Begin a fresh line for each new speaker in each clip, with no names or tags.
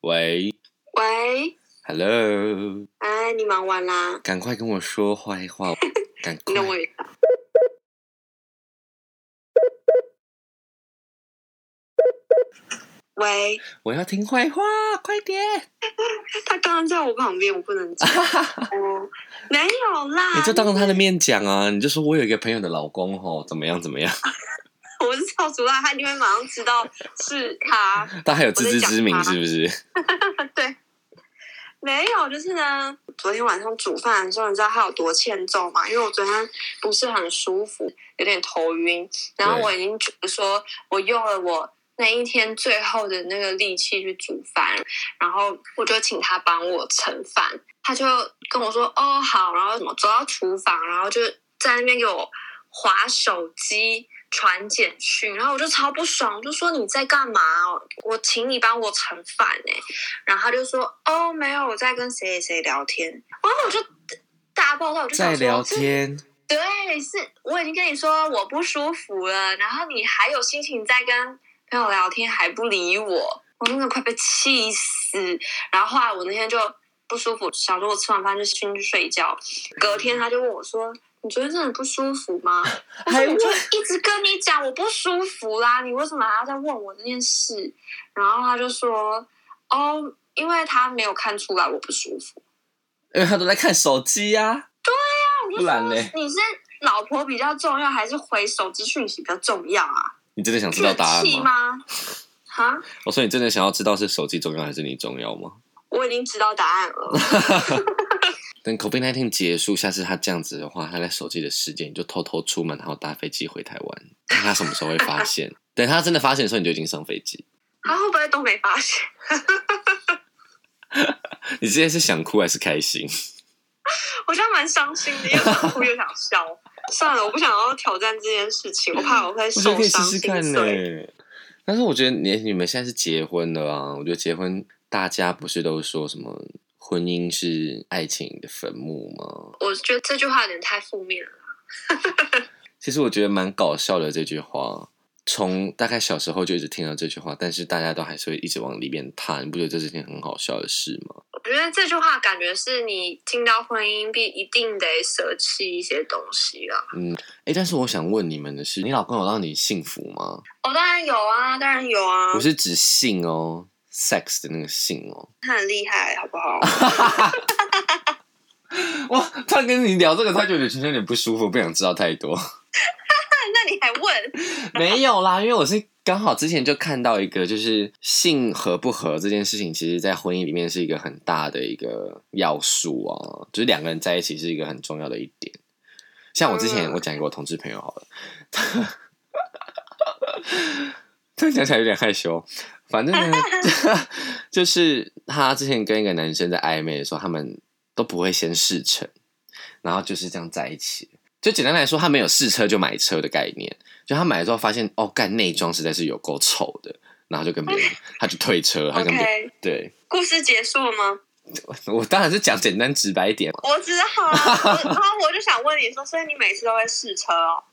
喂
喂，
，Hello，
哎，你忙完啦？
赶快跟我说坏话， 赶
你
快。
等我一 下。喂，
我要听坏话，快点！
啊他刚刚在我旁边，我不 能讲。哦，没有啦，
你就当着他的面讲啊，你就说我有一个朋友的老公吼，怎么样怎么样，
我是超主他一定会马上知道是他。
他还有自知之明
我在讲
是
他
不是？
对，没有，就是呢，昨天晚上煮饭的时候，你知道他有多欠揍吗？因为我昨天不是很舒服，有点头晕，然后
对
我已经觉得说，我用了我那一天最后的那个力气去煮饭，然后我就请他帮我盛饭，他就跟我说：“哦，好。”然后什么走到厨房，然后就在那边给我划手机。传简讯，然后我就超不爽，我就说你在干嘛？我请你帮我盛饭呢、然后他就说：“哦，没有，我在跟谁谁聊天。”然后我就大爆炸，我就想
在
说
聊
这
天，
对，是我已经跟你说我不舒服了，然后你还有心情在跟朋友聊天，还不理我，我真的快被气死。然后后来我那天就不舒服，想说我吃完饭就先去睡觉。隔天他就问我说：“你昨天真的不舒服吗？”我说：“
还
我就一直跟你讲我不舒服啦，你为什么还要再问我这件事？”然后他就说：“哦，因为他没有看出来我不舒服。”
因为他都在看手机呀、啊。
我就
不然
说
嘞
你是老婆比较重要，还是回手机讯息比较重要啊？
你真的想知道
是
答案
气
吗？
吗？哈，
我说你真的想要知道是手机重要还是你重要吗？
我已经知道答案了。
等 COVID 1 9结束，下次他这样子的话，他在手机的时间，你就偷偷出门，然后搭飞机回台湾，看他什么时候会发现。 等他真的发现的时候，你就已经上飞机。
他会不会都没发现？
你之前是想哭还是开心？
我觉得蛮伤心的，又想哭又想笑。 算了，我不想要挑战这件事情，我怕我会
我觉
受
得可以试
伤
试
心
看呢、
碎。
但是我觉得你你们现在是结婚了啊，我觉得结婚大家不是都说什么婚姻是爱情的坟墓吗？
我觉得这句话有点太负面了。
其实我觉得蛮搞笑的这句话，从大概小时候就一直听到这句话，但是大家都还是会一直往里面踏，你不觉得这是件很好笑的事吗？
我觉得这句话感觉是你进到婚姻必一定得舍弃一些东西啊了。
哎，但是我想问你们的是，你老公有让你幸福吗？
哦，当然有啊，当然有啊
我，是指性哦，sex 的那个性哦。
他很厉害，好不好？
哇，突然跟你聊这个，他就有点有点不舒服，不想知道太多。
那你还问？
没有啦，因为我是刚好之前就看到一个，就是性合不合这件事情，其实在婚姻里面是一个很大的一个要素啊，就是两个人在一起是一个很重要的一点。像我之前
嗯
我讲给我同志朋友好了， 突然讲起来有点害羞。反正呢， 就是他之前跟一个男生在暧昧的时候，他们都不会先试乘，然后就是这样在一起。就简单来说，他没有试车就买车的概念。就他买了之后发现，哦，干内装实在是有够丑的，然后就跟别人，他就退车，他跟别人
OK，
对。
故事结束了吗？
我当然是讲简单直白一点嘛。
我知道 啊，我然后我就想问你说，所以你每次都会试车哦？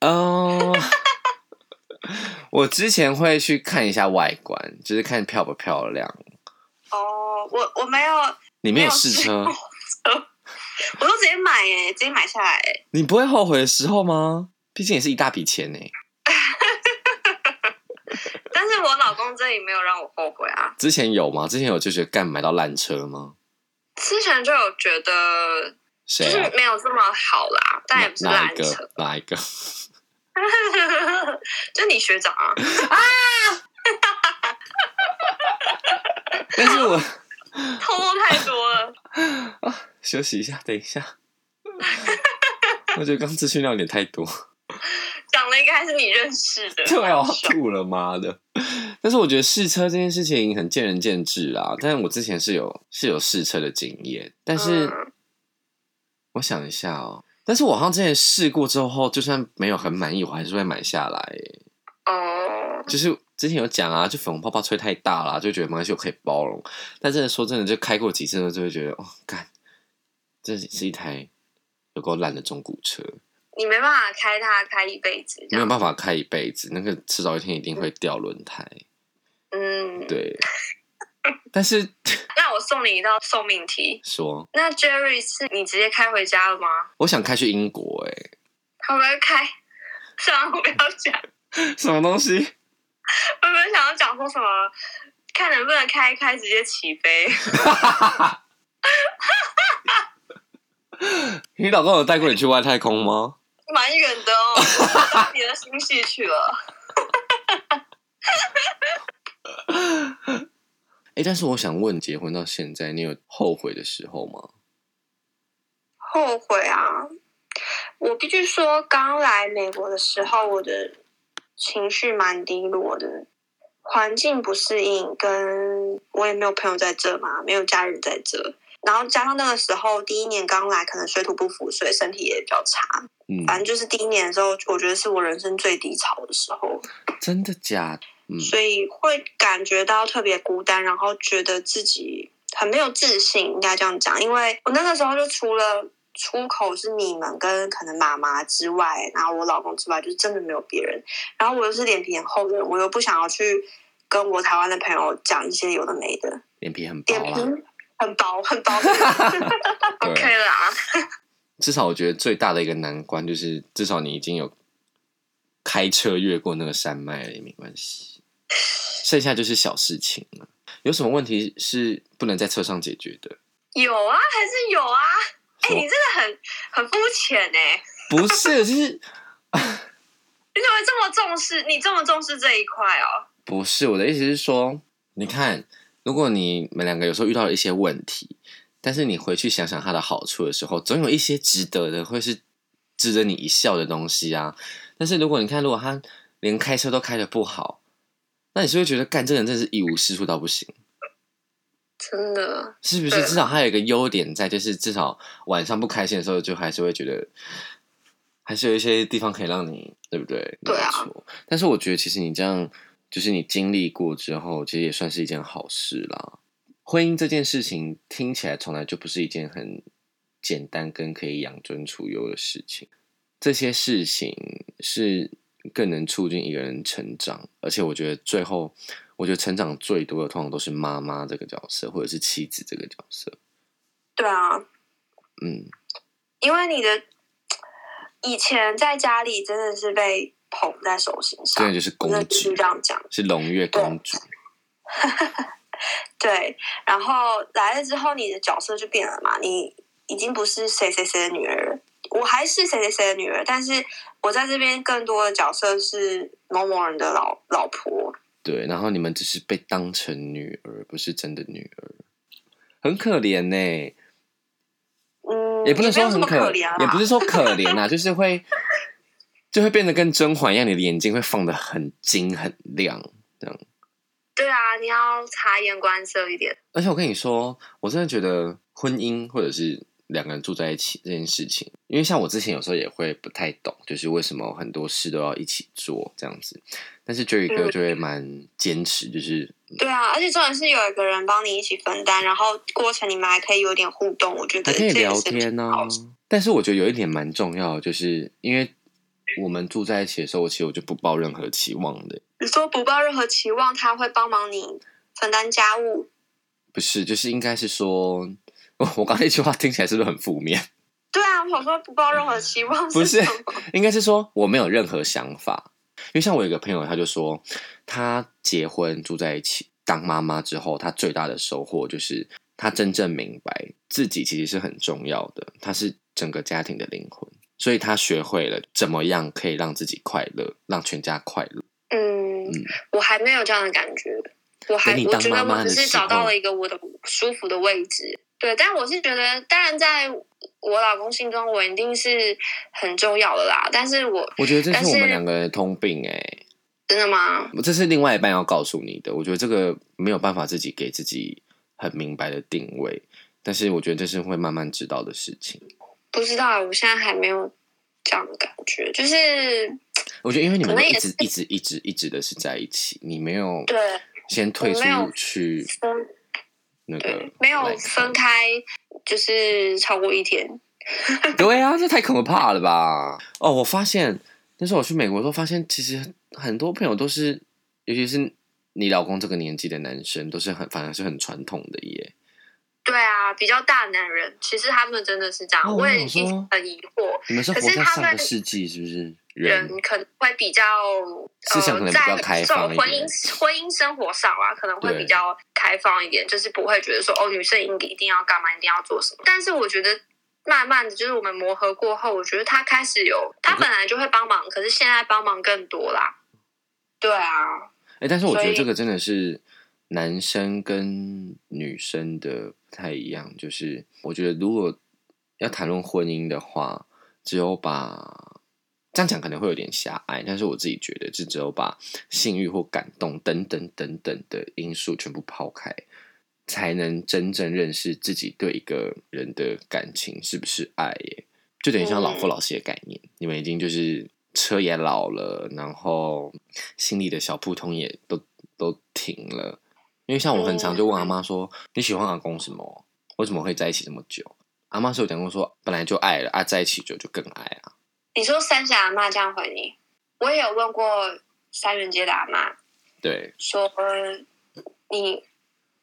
哦、 我之前会去看一下外观，就是看漂不漂亮。
哦，我我没有，
你没有
没有
试
试
车，
我都直接买耶，直接买下来耶。
你不会后悔的时候吗？毕竟也是一大笔钱呢、
但是我老公这里没有让我后悔啊，
之前有吗？之前有就觉得干买到烂车吗？
之前就有觉得就
谁
是
啊？
没有这么好啦，但也不是
哪哪
烂
一
车，
个？哪一个？
就你学长 啊，
但是我
透露太多了。
休息一下，等一下。 我觉得刚资讯量有点太多。
讲了应该是你认识的，
对啊，我吐了妈的！但是我觉得试车这件事情很见仁见智啦。但是我之前是有是有试车的经验，但是
嗯
我想一下哦、但是我好像之前试过之后，就算没有很满意，我还是会买下来耶、
哦，
就是之前有讲啊，就粉红泡泡吹太大啦，就觉得没关系，我可以包容。但真的说真的，就开过几次之后，就会觉得哦，干，这是一台有够烂的中古车，
你没办法开它开一辈子这
没有
样。
办法开一辈子，那个迟早一天一定会掉轮胎。
嗯，
对， 但是
那我送你一道送命题。
说，
那 Jerry 是你直接开回家了吗？
我想开去英国、欸，
他会不会开？算了，我不要讲。
哎，什么东西？
我本来想要讲说什么，看能不能开一开直接起飞。
你老公有带过你去外太空吗？
蛮远的哦，我到你的星系去了。
哎、但是我想问，结婚到现在，你有后悔的时候吗？
后悔啊！我必须说，刚来美国的时候，我的情绪蛮低落的，环境不适应，跟我也没有朋友在这嘛，没有家人在这，然后加上那个时候第一年刚来，可能水土不服，所以身体也比较差。
嗯，
反正就是第一年的时候，我觉得是我人生最低潮的时候。
真的假的？嗯，
所以会感觉到特别孤单，然后觉得自己很没有自信，应该这样讲。因为我那个时候就除了出口是你们跟可能妈妈之外，然后我老公之外，就是真的没有别人。然后我又是脸皮很厚的人，我又不想要去跟我台湾的朋友讲一些有的没的，
脸皮很薄
脸皮
啦。
很薄很薄。OK 啦，
至少我觉得最大的一个难关就是，至少你已经有开车越过那个山脉了，也没关 系。剩下就是小事情了。有什么问题是不能在车上解决的？
有啊，还是有啊。哎、
什么
你真的很很肤浅哎、
不是，就是
你怎么这么重视？你这么重视这一块哦？
不是我的意思是说，你看，如果你们两个有时候遇到了一些问题，但是你回去想想它的好处的时候，总有一些值得的，会是值得你一笑的东西啊。但是如果你看，如果他连开车都开的不好，那你是会觉得干这个人真是一无是处到不行，
真的，
是不是？
对
至少他有一个优点在，就是至少晚上不开心的时候，就还是会觉得。还是有一些地方可以让你，对不对？
对啊
没错。但是我觉得，其实你这样，就是你经历过之后，其实也算是一件好事啦。婚姻这件事情听起来从来就不是一件很简单跟可以养尊处优的事情。这些事情是更能促进一个人成长，而且我觉得最后，我觉得成长最多的通常都是妈妈这个角色，或者是妻子这个角色。
对啊，
嗯，
因为你的以前在家里真的是被捧在手心
真的
上，
就是公
真的必
主
须这，样讲。
是胧月公主。
对，然后来了之后，你的角色就变了嘛，你已经不是谁谁谁的女儿了。我还是谁谁谁的女儿，但是我在这边更多的角色是某某人的老老婆，
对，然后你们只是被当成女儿，不是真的女儿，很可怜呢、
嗯，
也不能
没
说
有这
很
么可怜
怜，
啦
也不是说可怜啊，就是会就会变得跟甄嬛一样，你的眼睛会放的很精很亮。
对啊，你要察言观色一点。
而且我跟你说，我真的觉得婚姻或者是两个人住在一起这件事情，因为像我之前有时候也会不太懂，就是为什么很多事都要一起做这样子，但是 Jerry 哥
嗯
就会蛮坚持，就是
对啊，而且重点是有一个人帮你一起分担，然后过程你们还可以有点互动，我觉得
还可
这
以
也
聊
是
天呢、
好
但是我觉得有一点蛮重要的，就是因为我们住在一起的时候，其实我就不抱任何期望的，
你说不抱任何期望，他会帮忙你分担家务。
不是，就是应该是说， 我我刚才那句话听起来是不是很负面？
对啊，我想说不抱任何期望
嗯不是
什 么？
应该是说我没有任何想法，因为像我有一个朋友，他就说他结婚住在一起当妈妈之后，他最大的收获就是他真正明白自己其实是很重要的，他是整个家庭的灵魂，所以他学会了怎么样可以让自己快乐，让全家快乐。
嗯，我还没有这样的感觉，我还
等你
我
当
觉
妈
得
妈
我
的
只是
时候
找到了一个我的舒服的位置。对，但我是觉得，当然在我老公心中，我一定是很重要的啦。但是我
我觉得这
但
是我们
是
两个人的通病哎、
真的吗？
这是另外一半要告诉你的。我觉得这个没有办法自己给自己很明白的定位，但是我觉得这是会慢慢知道的事情。
不知道，我现在还没有这样的感觉，就是
我觉得因为你们都
可能
一
也
直一直一直一直的是在一起，你没有
对
先退出
我没有
去
分
那个
对，没
来
有
看
分开，就是超过一天。
对啊，这太可怕了吧！哦，我发现那时候我去美国的时候，发现其实很多朋友都是，尤其是你老公这个年纪的男生都是很，反而是很传统的耶。
对啊，比较大男人，其实他们真的是这样，
哦
我也
我
一
想
直
说
很疑惑，
你们是活
可是
在
他
上
们
个世纪是不是？人
人可能会比较
思想可能比较开放一
呃、在这种
点
婚姻婚姻生活上啊，可能会
对
比较开放一点，就是不会觉得说哦，女生一定要干嘛，一定要做什么。但是我觉得。慢慢的，就是我们磨合过后，我觉得他开始有，他本来就会帮忙，可是现在帮忙更多啦。对啊，
哎、但是我觉
所
得
以
这个真的是男生跟女生的不太一样，就是我觉得如果要谈论婚姻的话，只有把这样讲可能会有点狭隘，但是我自己觉得是只有把性欲或感动等等等等的因素全部抛开，才能真正认识自己对一个人的感情是不是爱耶，就等于像老夫老妻的概念，你们已经就是车也老了，然后心里的小扑通也都都停了，因为像我很常就问阿妈说你喜欢阿公什么，为什么会在一起这么久？阿妈是有讲过说，本来就爱了啊，在一起久就更爱啊。
你说三峡阿妈这样回你，我也有问过三元街的阿妈，
对，
说你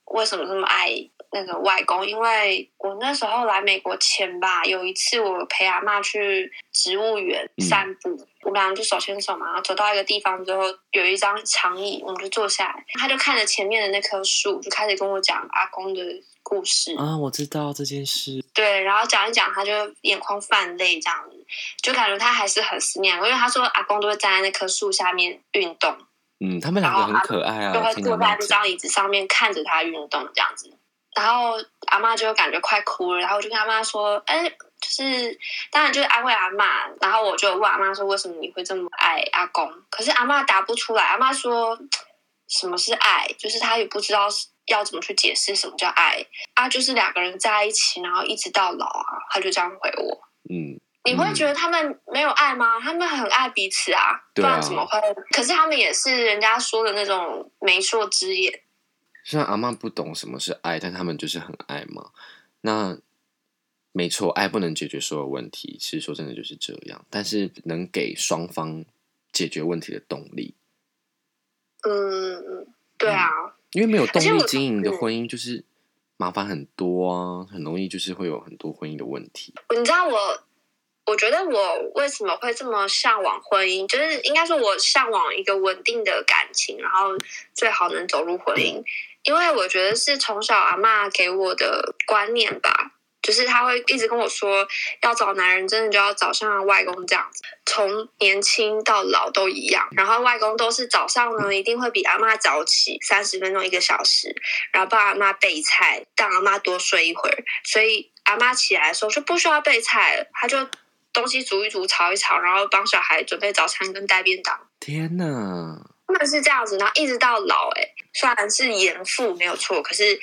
为什么这么爱那个外公？因为我那时候来美国前吧，有一次我陪阿妈去植物园
嗯
散步，我们俩就手牵手嘛，然后走到一个地方之后，有一张长椅，我们就坐下来，他就看着前面的那棵树，就开始跟我讲阿公的故事。
啊，我知道这件事。
对，然后讲一讲，他就眼眶泛泪，这样子，就感觉他还是很思念，因为他说阿公都会站在那棵树下面运动。
嗯，他们两个很可爱
哦就
啊，
会
听
坐
阿妈
在那
讲。
张椅子上面看着他运动这样子。然后阿妈就感觉快哭了，然后我就跟阿妈说：“哎，就是当然就是安慰阿妈。”然后我就问阿妈说：“为什么你会这么爱阿公？”可是阿妈答不出来，阿妈说：“什么是爱？就是她也不知道要怎么去解释什么叫爱啊，就是两个人在一起，然后一直到老啊。”她就这样回我。
嗯，
你会觉得他们没有爱吗？他们很爱彼此啊，不
对啊
然怎么会？可是他们也是人家说的那种媒妁之言，
虽然阿妈不懂什么是爱，但他们就是很爱嘛。那没错，爱不能解决所有问题，其实说真的就是这样，但是能给双方解决问题的动力，
嗯，对啊，
因为没有动
而且
力
我
经营的
嗯
婚姻就是麻烦很多啊，很容易就是会有很多婚姻的问题。
你知道我，我觉得我为什么会这么向往婚姻，就是应该说我向往一个稳定的感情，然后最好能走入婚姻，因为我觉得是从小阿嬷给我的观念吧。就是她会一直跟我说，要找男人真的就要找像外公这样子，从年轻到老都一样。然后外公都是早上呢，一定会比阿嬷早起三十分钟一个小时，然后帮阿妈备菜，让阿妈多睡一会儿。所以阿妈起来的时候就不需要备菜了，她就东西煮一煮、炒一炒，然后帮小孩准备早餐跟带便当。
天哪，
他们是这样子，然后一直到老、欸。虽然是严父没有错，可是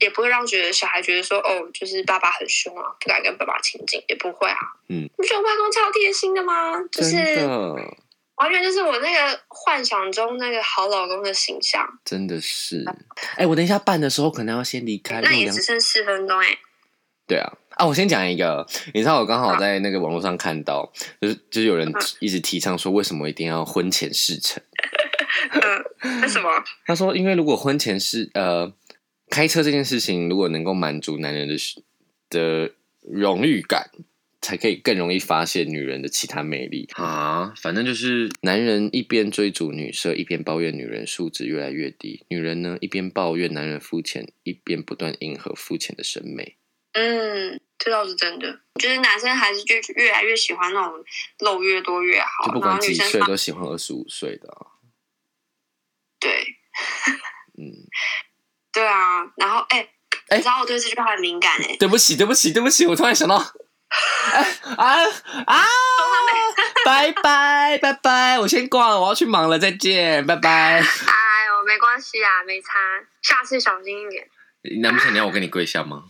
也不会让觉得小孩觉得说哦，就是爸爸很凶啊，不敢跟爸爸亲近，也不会啊。
嗯，
你不觉得外公超贴心的吗？就
真
是
的，
完全就是我那个幻想中那个好老公的形象。
真的是。哎、我等一下办的时候可能要先离开，
啊那
因为
也
两
只剩四分钟哎、欸
对啊，啊，我先讲一个，你知道我刚好在那个网络上看到，就是就是有人
嗯
一直提倡说，为什么一定要婚前事成？
嗯，为什么？
他说，因为如果婚前是呃开车这件事情，如果能够满足男人的需的荣誉感，才可以更容易发现女人的其他魅力啊。反正就是男人一边追逐女色，一边抱怨女人素质越来越低；女人呢，一边抱怨男人肤浅，一边不断迎合肤浅的审美。
嗯，这倒是真的。就是男生还是就越来越喜欢那种露越多越好
就，不
哦然
管
后女
几
生
岁
放
都喜欢二十五岁的、啊，
对
嗯，
对啊，然后哎、
哎
你知道我对这句话很敏感哎、
对不起，对不起，对不起，我突然想到， 啊啊，拜拜拜拜，我先挂了，我要去忙了，再见，拜拜。
哎呦，没关系啊，没差，下次小心一点。
难不成你要我跟你跪下吗？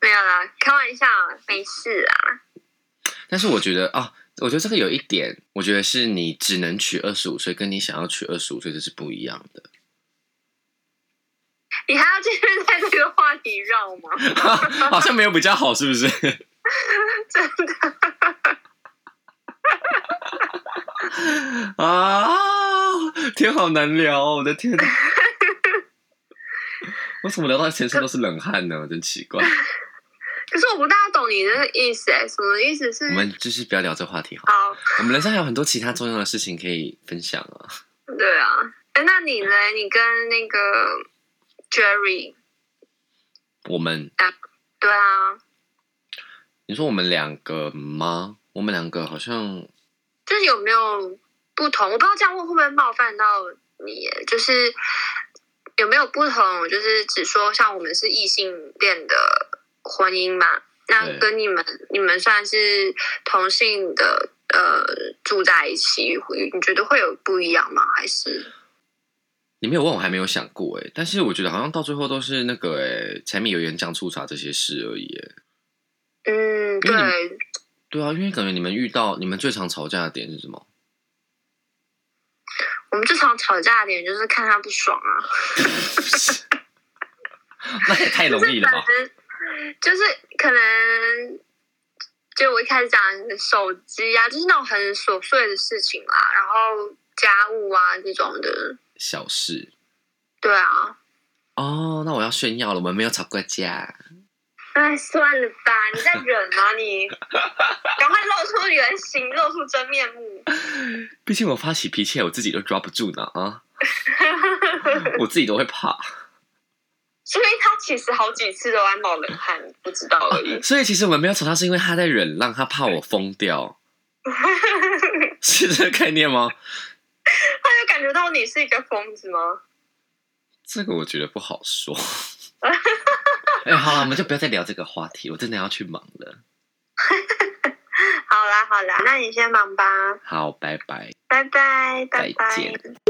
没有啦，开玩笑，没事啊。
但是我觉得啊，我觉得这个有一点，我觉得是你只能娶二十五岁，跟你想要娶二十五岁这是不一样的。
你还要继续在这个话题绕吗？
好像没有比较好，是不是？ 真的。 啊！天，好难聊、哦！我的天，为什么聊到全身都是冷汗呢？真奇怪。
可是我不大懂你这个意思、欸，什么意思是？
我们就是不要聊这话题好了。
好，
我们人生还有很多其他重要的事情可以分享啊。
对啊，哎，那你呢？你跟那个 Jerry，呃
我们，
对啊，
你说我们两个吗？我们两个好像
就是有没有不同？我不知道这样问会不会冒犯到你，就是有没有不同？就是只说像我们是异性恋的婚姻嘛，那
对
跟你们你们算是同性的呃住在一起，会你觉得会有不一样吗？还是
你没有问我，还没有想过哎、但是我觉得好像到最后都是那个哎、柴米油盐酱醋茶这些事而已、欸。
嗯，
因为你
对，
对啊，因为感觉你们遇到你们最常吵架的点是什么？
我们最常吵架的点就是看他不爽啊。
那也太容易了吧？
就是可能，就我一开始讲手机啊，就是那种很琐碎的事情啦、然后家务啊这种的，
小事
对啊。
哦，那我要炫耀了，我们没有吵过架。
哎，算了吧，你在忍吗、你？赶快露出原形，露出真面目。
毕竟我发起脾气来，我自己都抓不住呢啊， 我自己都会怕。
所以他其实好几次都在冒冷汗，你不知道而已。
所以其实我们没有吵架，是因为他在忍让，他怕我疯掉，是这个概念吗？
他有感觉到你是一个疯子吗？
这个我觉得不好说。哎、好了，我们就不要再聊这个话题，我真的要去忙了。
好啦好啦，那你先忙吧，
好，拜拜。
拜拜拜
再见
拜。